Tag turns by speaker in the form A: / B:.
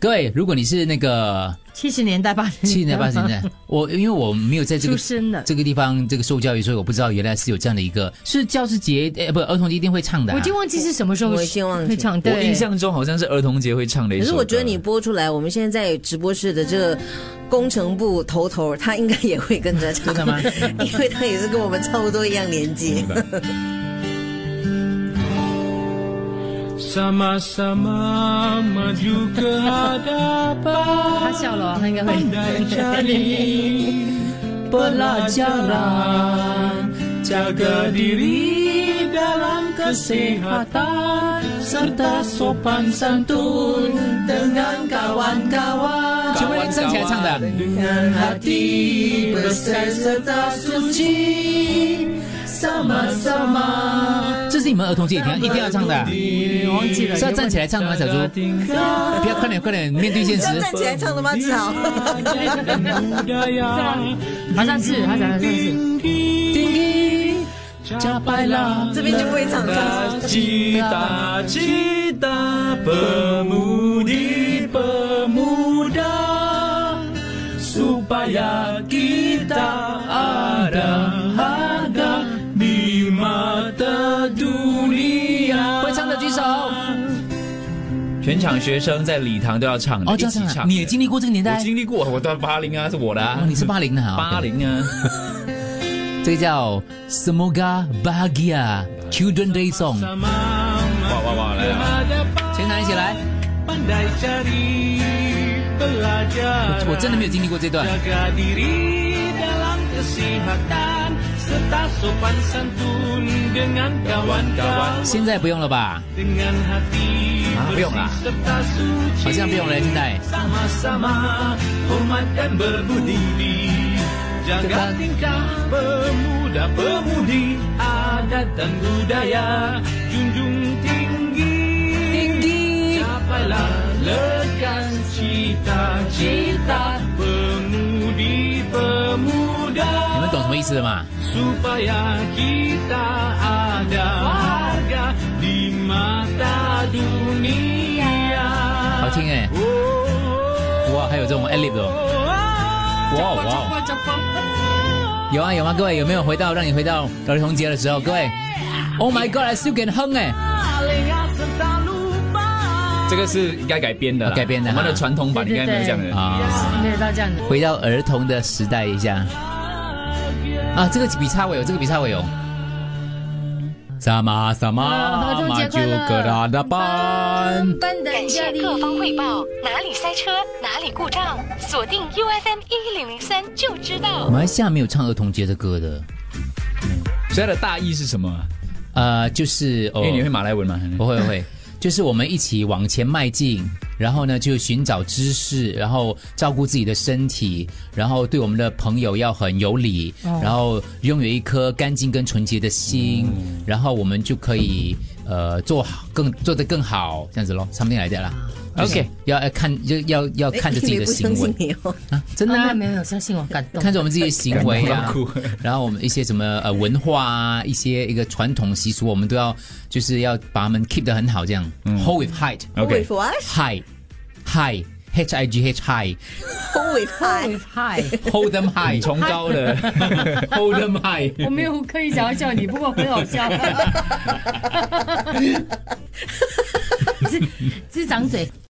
A: 各位，如果你是那个
B: 七十年代八十
A: 七十年代、八十年代，我因为我没有在这
B: 出
A: 个
B: 生的，
A: 这个地方这个受教育，所以我不知道原来是有这样的一个是教师节，哎、不，儿童节一定会唱的、啊。
B: 我已经忘记是什么时候，
C: 我已经忘记
B: 会唱，
D: 我
B: 对，
D: 印象中好像是儿童节会唱的一
C: 可
D: 首
C: 是
D: 歌。
C: 我觉得你播出来，我们现在在直播室的这个工程部头头，他应该也会跟着唱，
A: 真的吗？
C: 因为他也是跟我们差不多一样年纪。
E: Sama-sama maju ke hadapan
B: 他笑了哦，他应该会。
E: Pandai cari pelajaran Jaga diri dalam kesehatan Serta sopan santun dengan kawan-kawan
A: 全部人站起来唱的啊。
E: Dengan hati bersih serta suci Sama-sama
A: 这是你们儿童节一定要一定要唱的啊、
B: 我忘记了，
A: 是要站起来唱的吗？小猪，
E: tingkah
A: 不要快点快点面对现
C: 要
A: 实。
C: 站起来唱的吗？草，
E: dan budaya
B: 好像是，他讲的像是。
E: tinggi capailah
C: 这边就不会唱唱。
E: cita-cita pemudi pemuda supaya kita ada harga di mata dunia
A: 会唱的举手。
D: 全场学生在礼堂都要唱的，
A: 哦，
D: 一
A: 这样
D: 起
A: 唱啊！
D: 唱。
A: 你也经历过这个年代
D: 我？经历过，我到八零啊，是我的啊
A: 哦，，你是八零的啊？
D: 八
A: OK
D: 零啊，
A: 这个叫 Semoga Bahagia Children Day Song，
D: 哇哇哇，来来，
A: 全场一起来。
E: pandai cari pelajaran
A: 我真的没有经历过这段。
E: Jaga diri dalam kesehatan Serta sopan santun dengan kawan-kawan
A: 现在不用了吧？
E: Dengan hati
D: Ah,
E: bersih
D: belum lah.
E: serta suci
A: 好像不用了，现在。
E: Sama-sama hormat dan berbudi Jaga
A: Jaga-
E: tingkah pemuda pemudi Adat dan budaya Junjung tinggi Tinggi Capailah lekas cita-cita Pemudi pemuda
A: 你们懂什么意思的嘛？
E: supaya kita ada harga di mata dunia.
A: 好听哎！哇，还有这种 a l i p 的哦，哇哦哇哦！有啊有啊，各位有没有回到让你回到儿童节的时候？各位，Oh my God，I still can hung 哎！
D: 这个是应该改编的啦，
A: 改编的啊
D: 我们的传统版应该没有这样的
A: 啊
B: 没有到这样的。
A: 回到儿童的时代一下。啊，这个比叉我有，这个比哦叉我有。萨玛萨玛，
B: 儿童节快乐
A: 马就格拉达班。
B: 班的
F: 感谢各方汇报，哪里塞车，哪里故障，锁定 U F M 一零零三就知道。
A: 马来西亚没有唱儿童节的歌的，
D: 所以它的大意是什么啊？
A: 呃，就是哦
D: 因为你会马来文吗？
A: 我会我 会，就是我们一起往前迈进，然后呢就寻找知识，然后照顾自己的身体，然后对我们的朋友要很有礼，
C: 哦
A: 然后拥有一颗干净跟纯洁的心，
D: 嗯
A: 然后我们就可以呃做好更做得更好，这样子咯，上面来的啦。OK，要
C: 啊
A: 要看要要要
C: 哎
A: 看着自己的行
C: 你不相
A: 为
C: 信，你哦，
A: 真的啊、
B: 啊没有没有，相信我，感 动。
A: 看着我们自己的行为
D: 感
A: 啊
D: 动到，
A: 然后我们一些什么呃文化啊，一些一个传统习俗，我们都要就是要把它们 keep 得很好，这样
D: 嗯
A: hold with height
C: Hold
D: OK
C: with what?
A: high high h i g h high
C: Hold with high.
B: 嗨，
A: hold them
D: 你
A: high
D: 崇高的
A: hold them high
B: 我没有刻意想要笑你，不过很好笑。是是长嘴。